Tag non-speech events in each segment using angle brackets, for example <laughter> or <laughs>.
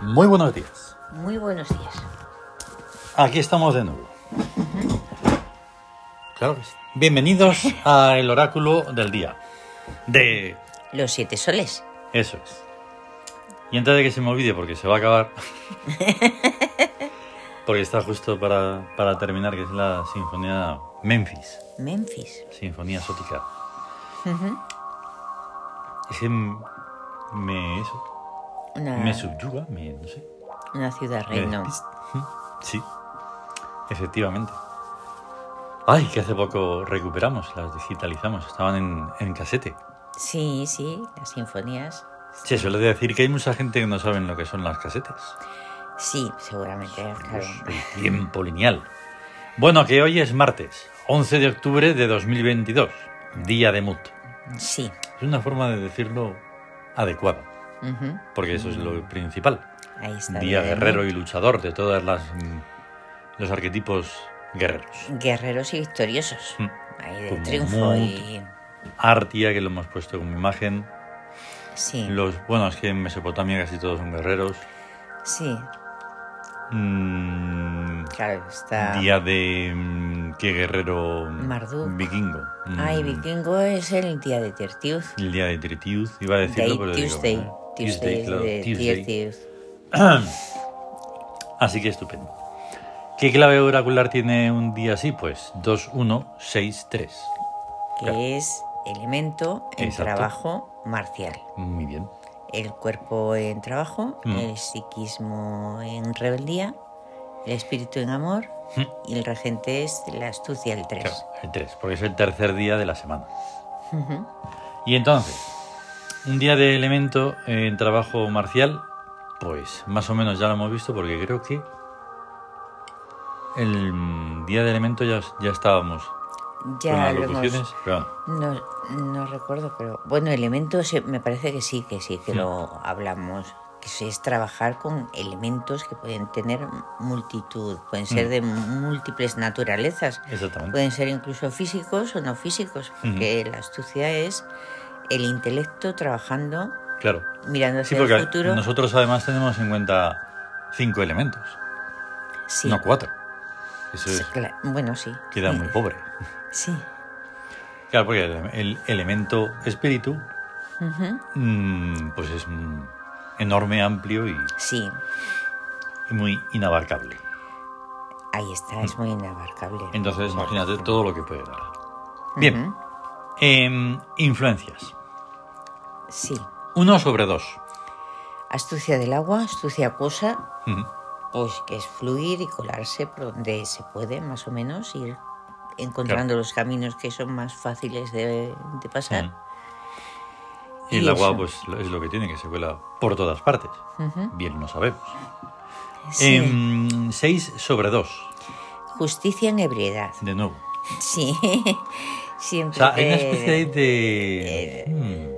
Muy buenos días. Muy buenos días. Aquí estamos de nuevo. Claro que sí. Bienvenidos al oráculo del día. De Los siete soles. eso es. Y antes de que se me olvide, porque se va a acabar. porque está justo para, para terminar, que es la Sinfonía Memphis. Memphis. Sinfonía Exótica. Es que m- me, eso, Una, me subyuga, me, no sé. una ciudad Me reino. despist- Sí, efectivamente. Ay, que hace poco recuperamos, las digitalizamos, estaban en, en casete. Sí, sí, las sinfonías. Se suele decir que hay mucha gente que no saben lo que son las casetes. Pues, Sí, seguramente. claro. El tiempo lineal. Bueno, que hoy es martes, 11 de octubre de 2022, día de MUT. Sí. Es una forma de decirlo adecuada, ujú, porque eso es lo principal. Ahí está. Día guerrero y... y luchador de todas las mm, los arquetipos guerreros. Guerreros y victoriosos. Mm. Ahí del Como triunfo Mut. y... Artia, que lo hemos puesto como imagen. Sí, Los, bueno, es que en Mesopotamia casi todos son guerreros. sí. Mm, Claro, está... Día de... mm, ¿Qué guerrero? Ah. Marduk. Vikingo. Mm, Ay, vikingo es el día de Tirtius. El día de Tritius, iba a decirlo, Day, pero digo, Tuesday. ¿eh? Tuesday, es claro, de Tuesday. Tirtius. Así que estupendo. ¿Qué clave oracular tiene un día así? Pues 2163. Que Claro. es elemento en Exacto. trabajo marcial. Muy bien. El cuerpo en trabajo, Mm. el psiquismo en rebeldía, el espíritu en amor Mm. y el regente es la astucia, el 3. Claro, el 3, porque es el tercer día de la semana. Y entonces, un día de elemento en trabajo marcial, pues más o menos ya lo hemos visto porque creo que el mm, día de elemento ya, ya estábamos con Ya las lo hemos... locuciones. Pero bueno, No, no recuerdo, pero bueno, elemento se- me parece que sí, que sí, que Mm. lo hablamos. Que se- es trabajar con elementos que pueden tener multitud, pueden ser Mm. de múltiples naturalezas. exactamente. Pueden ser incluso físicos o no físicos, porque la astucia es el intelecto trabajando, claro. mirando Sí, hacia porque Pues, el futuro. nosotros además tenemos en cuenta cinco elementos, Sí. no cuatro. Eso Sí, es- cla- Bueno, sí. Eh, queda muy pobre. Sí. Claro, porque el, el elemento espíritu, Ujú. mm, pues es mm, enorme, amplio y Sí, y muy inabarcable. ahí está, es muy inabarcable. Entonces, imagínate todo lo que puede dar. Bien, em, influencias. Sí. Uno sobre dos. Astucia del agua, astucia acuosa, Ujú. pues que es fluir y colarse por donde se puede, más o menos, ir encontrando los caminos que son más fáciles de, de pasar. Ujú. Y el Y agua, eso. pues lo- es lo que tiene, que se cuela por todas partes. Bien, lo sabemos. Sí. Em, seis sobre dos, Justicia en ebriedad. de nuevo. Sí, <laughs> O siempre. sea, hay una que- especie ahí de. Mm,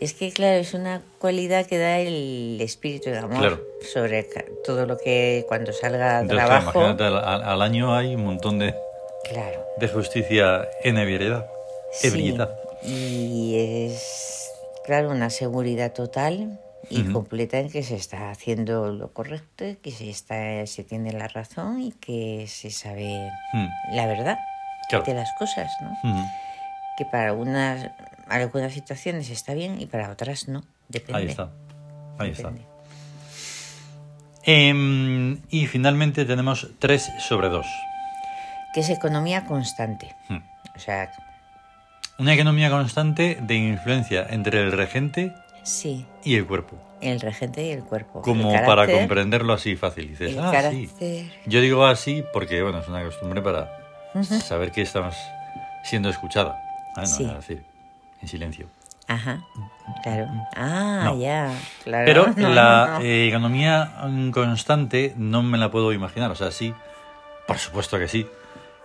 Es que, claro, es una cualidad que da el espíritu de amor Claro. sobre ca- todo lo que cuando salga al entonces, claro, trabajo. imagínate, al, al- al año hay un montón de, Claro. de justicia en ebriedad. sí. Ebriedad. Y es, claro, una seguridad total y Ujú. completa en que se está haciendo lo correcto, y que se, está, se tiene la razón y que se sabe Mm, la verdad Claro. de las cosas, ¿no? Ujú. Que para unas, algunas situaciones está bien y para otras no. Depende. Ahí está. Ahí está. Depende. Em, y finalmente tenemos 3 sobre 2. que es economía constante. O sea, Una economía constante de influencia entre el regente sí, y el cuerpo. el regente y el cuerpo. Como El para carácter, comprenderlo así fácil. Dices, El "Ah, sí". carácter. Yo digo así porque, bueno, es una costumbre para saber que estamos siendo escuchada. Ah, no, Sí. nada, decir, en silencio. Ajá, claro. Ah, Mm, No. ya, claro. Pero <laughs> No, la no, no. eh, economía mm, constante no me la puedo imaginar. O sea, sí, por supuesto que sí.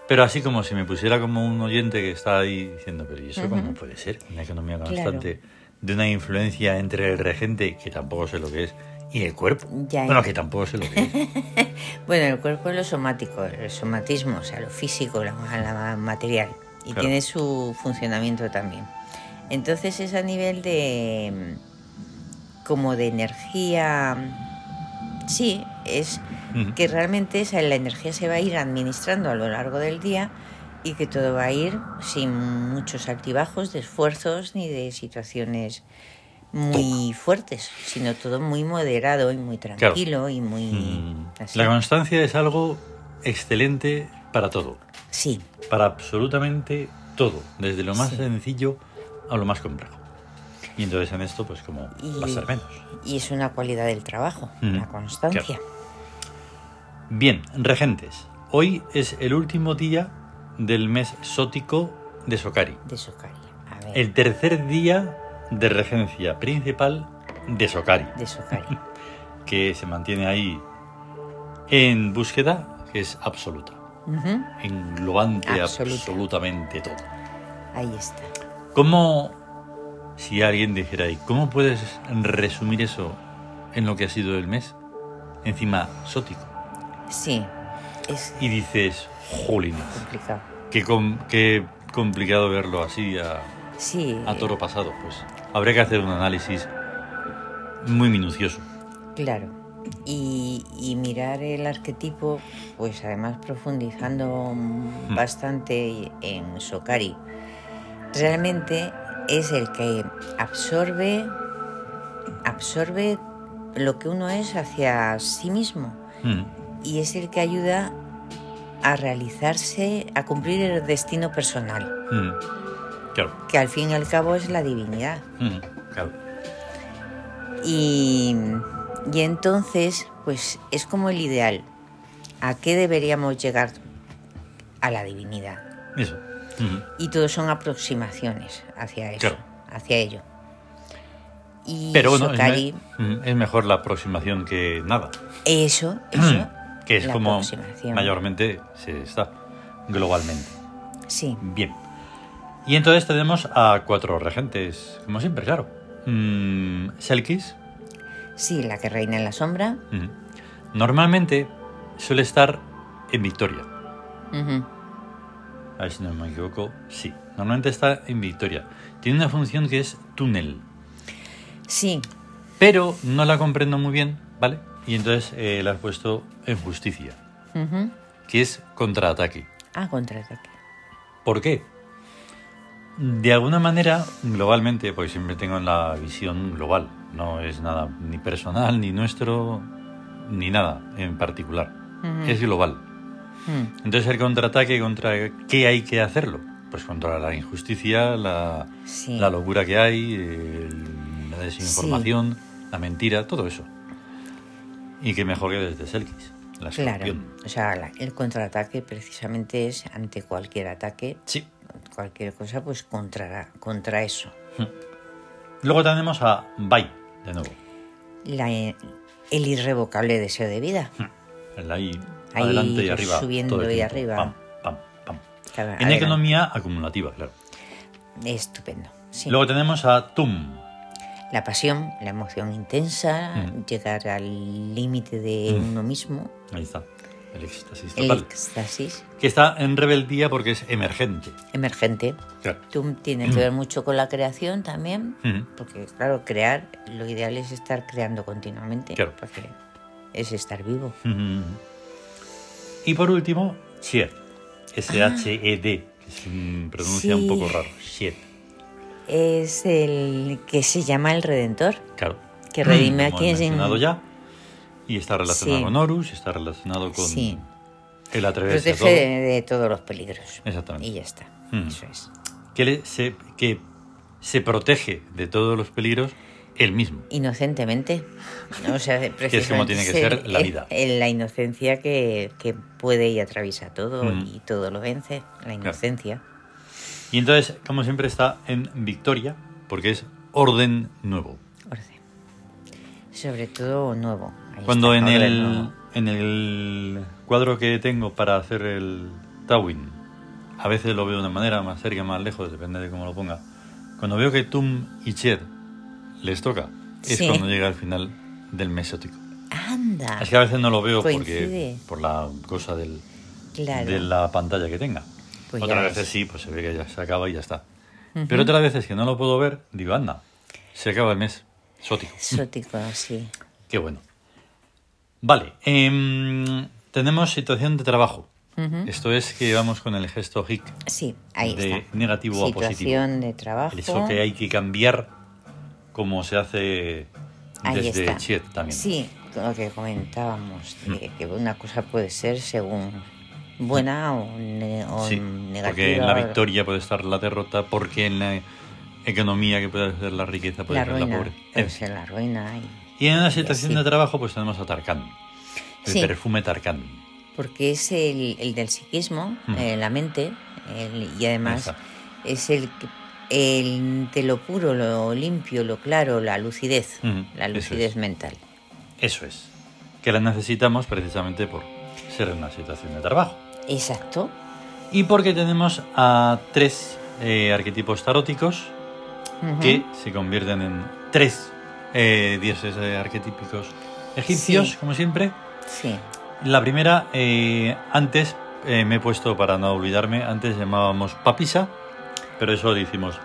Pero así como si me pusiera como un oyente que está ahí diciendo, pero ¿y eso cómo puede ser? Una economía Claro. constante de una influencia entre el regente, que tampoco sé lo que es, y el cuerpo. Ya, Bueno, ya. que tampoco sé lo que <laughs> es. Bueno, el cuerpo es lo somático, el somatismo, o sea, lo físico, la, la material. Y Claro. tiene su funcionamiento también. Entonces es a nivel de. mm, como de energía Sí, es Ujú. que realmente esa, la energía se va a ir administrando a lo largo del día y que todo va a ir sin muchos altibajos de esfuerzos ni de situaciones muy fuertes, sino todo muy moderado y muy tranquilo y muy... Mm. así. La constancia es algo excelente para todo, Sí, para absolutamente todo, desde lo más Sí. sencillo a lo más complejo. Y entonces en esto, pues como y, va a ser menos. y es una cualidad del trabajo, Mm, la constancia. Bien, regentes. Hoy es el último día del mes sótico de Sokari. De Sokari. A ver, El tercer día de regencia principal de Sokari, de <laughs> Sokari. que se mantiene ahí en búsqueda, que es absoluta, Ujú, englobante Absoluta. absolutamente todo. Ahí está. ¿Cómo, si alguien dijera, ¿y cómo puedes resumir eso en lo que ha sido el mes? Encima, sótico. Sí, es Y dices, jolines, complicado. qué, com- qué complicado verlo así a, Sí, a toro pasado. Pues habría que hacer un análisis muy minucioso. claro. Y, y mirar el arquetipo, pues además profundizando Mm. bastante en Sokari. Realmente es el que absorbe, absorbe lo que uno es hacia sí mismo. Mm, y es el que ayuda a realizarse, a cumplir el destino personal, mm. Claro, que al fin y al cabo es la divinidad. mm, claro. Y, y entonces, pues es como el ideal. ¿A qué deberíamos llegar? A la divinidad. Eso. Mm, Y todo son aproximaciones hacia eso, Claro. hacia ello. Y Pero bueno, es, Sokari, me- mm, es mejor la aproximación que nada. <clears throat> Mm, eso, eso, que es la como aproximación. mayormente se está globalmente. Sí, Bien. Y entonces tenemos a cuatro regentes, como siempre, claro. Mm, Selkis. sí, la que reina en la sombra. mm, Normalmente suele estar en Victoria. Ujú. A ver si no me equivoco. Sí, normalmente está en Victoria. Tiene una función que es túnel, Sí, pero no la comprendo muy bien, ¿vale? Y entonces eh, la has puesto en justicia, ujú. que es contraataque. ah, contraataque. ¿Por qué? De alguna manera, globalmente, pues siempre tengo la visión global. No es nada ni personal, ni nuestro, ni nada en particular. Ujú. Es global. Mm. Entonces el contraataque contra qué hay que hacerlo. Pues contra la injusticia, la, Sí. la locura que hay, el- la desinformación, la mentira, todo eso. Y qué mejor que desde Selkis, la Claro, escorpión. o sea, la- el contraataque precisamente es ante cualquier ataque, Sí. cualquier cosa, pues contra, contra eso. Luego tenemos a Bai, de nuevo. La, el irrevocable deseo de vida. Hmm. El ahí, Ahí adelante y arriba. subiendo todo el y tiempo. arriba. Pam, pam, pam. Claro, En adelante. economía acumulativa, claro. Estupendo. sí. Luego tenemos a TUM. La pasión, la emoción intensa, Mm. llegar al límite de Hmm. uno mismo, Ahí está. El éxtasis el total. éxtasis Que está en rebeldía porque es emergente. emergente. Claro. Tú tiene Hmm. que ver mucho con la creación también, Mm. porque claro, crear, lo ideal es estar creando continuamente, Claro. porque es estar vivo. Mm. Y por último, Shed. S-H-E-D. E Que se mm, pronuncia un Sí. poco raro. Shed. Es el que se llama el Redentor. Claro. Que Mm, redime Como aquí he es en- mencionado ya. Y está relacionado Sí. con Horus, está relacionado con Sí. el atreverse a Protege todo. de, de todos los peligros. Exactamente. Y ya está. Mm. Eso es. que, le- se, que se protege de todos los peligros él mismo. Inocentemente. O sea, <laughs> Que es como tiene que precisamente ser la el- vida. el- la inocencia que, que puede y atraviesa todo Mm. y todo lo vence. La inocencia. Y entonces, como siempre, está en Victoria, porque es orden nuevo. Orden. Sobre todo nuevo. Ahí Cuando está, en orden el, nuevo. en el cuadro que tengo para hacer el Tawin, a veces lo veo de una manera más cerca, más lejos, depende de cómo lo ponga. Cuando veo que Tum y Ched les toca, es Sí. cuando llega al final del mesótico. Anda. Es que a veces no lo veo porque Coincide. por la cosa del, Claro. de la pantalla que tenga. Pues ya Otras veces ves. sí, pues se ve que ya se acaba y ya está. Pero otras veces que no lo puedo ver, digo, anda, se acaba el mes. Sótico. Exótico, sí. Qué bueno. Vale, em, tenemos situación de trabajo. Esto es que vamos con el gesto hic. Sí, ahí De está. negativo a positivo. Situación de trabajo. Eso que hay que cambiar como se hace Ahí desde está. Chiet también. Mm. Sí, lo que comentábamos, de que una cosa puede ser según buena o, ne- o Sí, negativa. porque en la victoria puede estar la derrota, porque en la economía que puede ser la riqueza puede la ser ruina, la pobreza. En puede fin. ser la ruina. y- Y en la situación así. de trabajo pues tenemos a Tarkan, el Sí. perfume Tarkan. porque es el, el del psiquismo, Mm. eh, la mente, el- y además Esa. es el, que- el de lo puro, lo limpio, lo claro, la lucidez, Ujú, la eso es. lucidez mental. Eso es, que la necesitamos precisamente por ser una situación de trabajo. Exacto. Y porque tenemos a tres eh, arquetipos taróticos Ujú. que se convierten en tres eh, dioses eh, arquetípicos egipcios, Sí. como siempre. Sí, La primera, eh, antes eh, me he puesto para no olvidarme, antes llamábamos papisa, pero eso lo hicimos,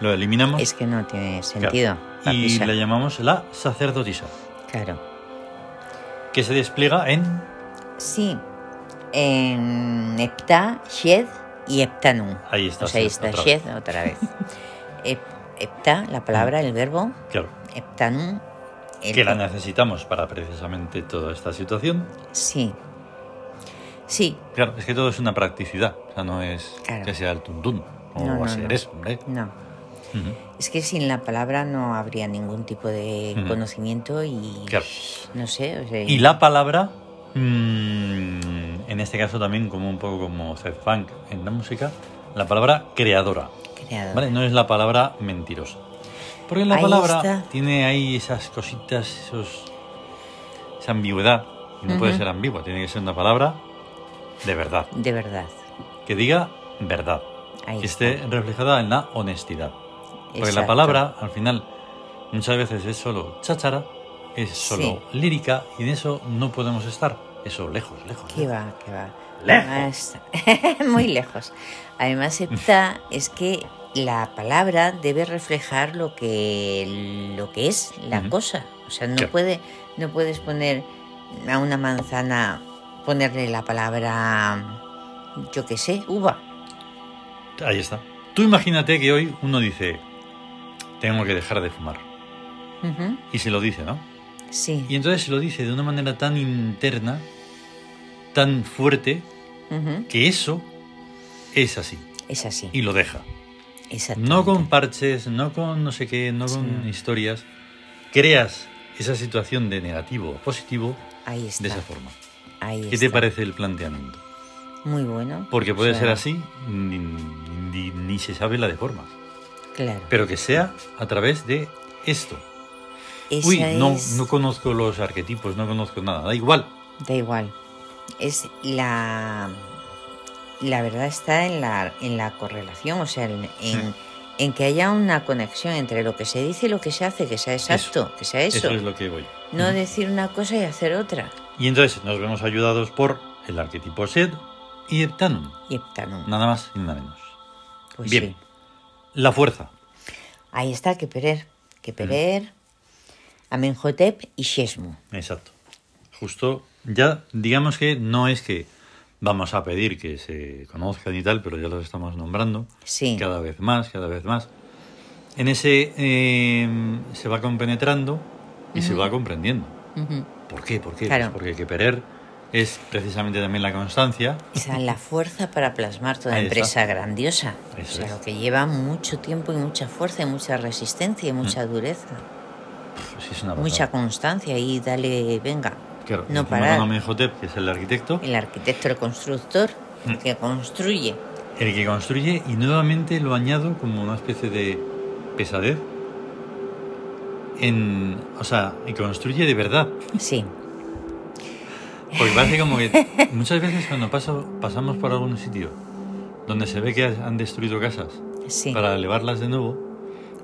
lo eliminamos es que no tiene claro, sentido. y papisa. la llamamos la sacerdotisa, Claro. que se despliega en Sí, en Hepta, Shed y Heptanum. Ahí está O sea, ahí Shed, está otra Shed otra vez. Hep- Hepta, la palabra, el verbo, claro, Heptanum. el que la verbo. necesitamos para precisamente toda esta situación. Sí. Sí, Claro, es que todo es una practicidad, o sea, no es Claro. que sea el tuntún o No, no, hacer no. eso, hombre. no. Ujú. Es que sin la palabra no habría ningún tipo de Ujú. conocimiento y Claro. no sé. o sea, Y la palabra, mm, en este caso también como un poco como Zed Funk en la música, la palabra creadora, creador. ¿vale? No es la palabra mentirosa. Porque la Ahí palabra está. tiene ahí esas cositas, esos, esa ambigüedad. Y no puede Ujú. ser ambigua, tiene que ser una palabra de verdad, De verdad. que diga verdad, Ahí que esté está. reflejada en la honestidad. Este, Porque la Exacto. palabra, al final, muchas veces es solo cháchara, es solo lírica, y en eso no podemos estar. Eso lejos, lejos. ¿Qué lejos. va? ¿Qué va? Lejos. Además- <laughs> muy lejos. Además, está, es que la palabra debe reflejar lo que, lo que es la Ujú. cosa. O sea, no, Claro. puede, no puedes poner a una manzana, ponerle la palabra, yo qué sé, uva. Ahí está. Tú imagínate que hoy uno dice, tengo que dejar de fumar. Ujú. Y se lo dice, ¿no? Sí. Y entonces se lo dice de una manera tan interna, tan fuerte, Ujú. que eso es así. Es así. Y lo deja. Exactamente. No con parches, no con no sé qué, no con Sí. historias. Creas esa situación de negativo a positivo Ahí está. de esa forma. Ahí ¿Qué te está. parece el planteamiento? Muy bueno. Porque puede O sea, ser así, ni, ni- ni se sabe la de formas. Claro. Pero que sea a través de esto. Esa Uy, no, es- no conozco los arquetipos, no conozco nada. Da igual. Da igual. Es la. La verdad está en la, en la correlación, o sea, en, en- Mm. en que haya una conexión entre lo que se dice y lo que se hace, que sea exacto, que sea Eso. eso. es lo que voy. No decir una cosa y hacer otra. Y entonces nos vemos ayudados por el arquetipo Sed y Heptanum. Y Heptanum. Nada más y nada menos. Pues Bien. sí. La fuerza. Ahí está Keperer. Mm. Keperer, Amenhotep y Shesmu. Exacto. Justo, ya digamos que no es que vamos a pedir que se conozcan y tal, pero ya los estamos nombrando Sí. cada vez más, cada vez más. En ese eh, se va compenetrando y se va comprendiendo. Ujú. ¿Por qué? ¿Por qué? Claro. Pues porque querer es precisamente también la constancia. Esa es la fuerza para plasmar toda Ahí empresa está. grandiosa. Eso o sea, es. lo que lleva mucho tiempo y mucha fuerza y mucha resistencia y mucha Mm. dureza, Pues es una pasada. mucha constancia y dale, venga. Claro, no encima parar. con Amenhotep, que es el arquitecto, El arquitecto, el constructor, el Mm. que construye. el que construye y nuevamente lo añado como una especie de pesadez en o sea y construye de verdad Sí, porque parece como <laughs> que muchas veces cuando paso, pasamos por algún sitio donde se ve que han destruido casas sí. para elevarlas de nuevo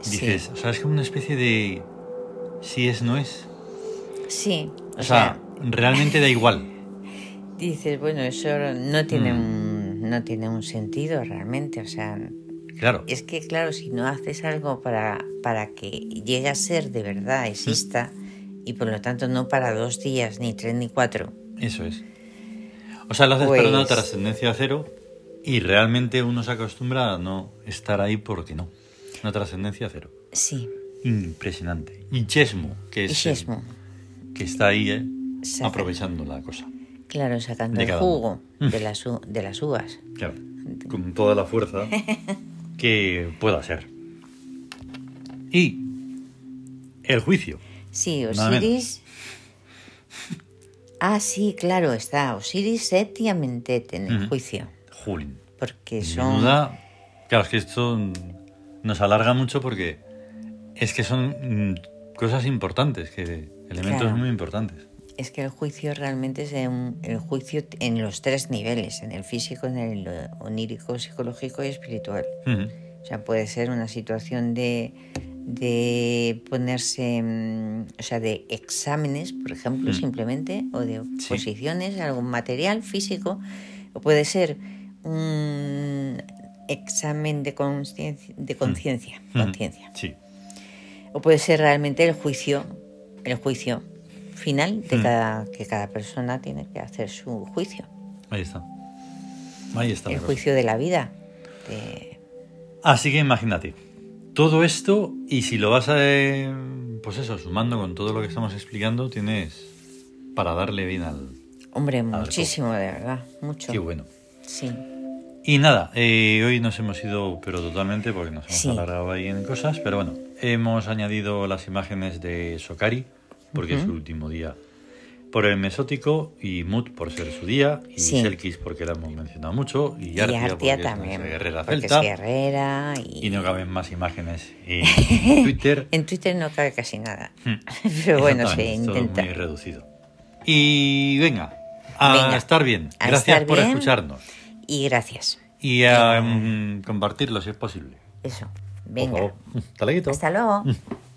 Sí. dices o sea es como una especie de si es no es Sí. O, o sea, sea realmente da <laughs> igual dices, bueno, eso no tiene, Mm. un, no tiene un sentido realmente. O sea, claro es que Mm. claro, si no haces algo para, para que llegue a ser de verdad, exista, y por lo tanto no para dos días, ni tres, ni cuatro. Eso es. O sea, lo haces para una Pues- trascendencia cero y realmente uno se acostumbra a no estar ahí porque no. Una trascendencia cero. Sí, Impresionante. Y Chesmo, que es el- isesmo. que está ahí eh, Saca- aprovechando la cosa. Claro, sacando de el cada uno. jugo de las, u- de las uvas. Claro, con toda la <laughs> fuerza que pueda ser. Y el juicio. Sí, Nada menos. Osiris. Ah, sí, claro, está Osiris, Set y Amentet en el Ujú. juicio. Julin. Porque son. Menuda. Claro, es que esto mm, nos alarga mucho porque es que son mm, cosas importantes, que elementos Claro. muy importantes. Es que el juicio realmente es un- el juicio en los tres niveles: en el físico, en el eh, onírico, psicológico y espiritual. Ujú. O sea, puede ser una situación de, de ponerse, mm, o sea, de exámenes, por ejemplo, Mm. simplemente, o de oposiciones, algún material físico, o puede ser un examen de conscienci- Mm. de conciencia, Ujú. conciencia, Sí. o puede ser realmente el juicio, el juicio final de Mm. cada que cada persona tiene que hacer su juicio, Ahí está. Ahí está. la el cosa. juicio de la vida. de- Así que imagínate, todo esto, y si lo vas a. eh, Pues eso, sumando con todo lo que estamos explicando, tienes para darle bien al. Hombre, ver, muchísimo, de verdad, mucho. Qué bueno. Sí. Y nada, eh, hoy nos hemos ido, pero totalmente, porque nos hemos Sí. alargado ahí en cosas, pero bueno, hemos añadido las imágenes de Sokari, porque es su último día, por el mesótico, y Mut por ser su día, y Sí. Selkis porque la hemos mencionado mucho, y Y Artia, Artia, porque es también. nuestra guerrera porque celta, es guerrera y y, no caben más imágenes <laughs> en Twitter. en Twitter no cabe casi nada. Hmm. <laughs> Pero bueno, se Exactamente, es todo intenta. muy reducido. Y venga, a Venga, estar bien. a Gracias estar por bien. escucharnos. Y gracias. Y a mm, compartirlo si es posible. Eso. Por Venga. favor. Tá então? Hasta luego. Hasta luego.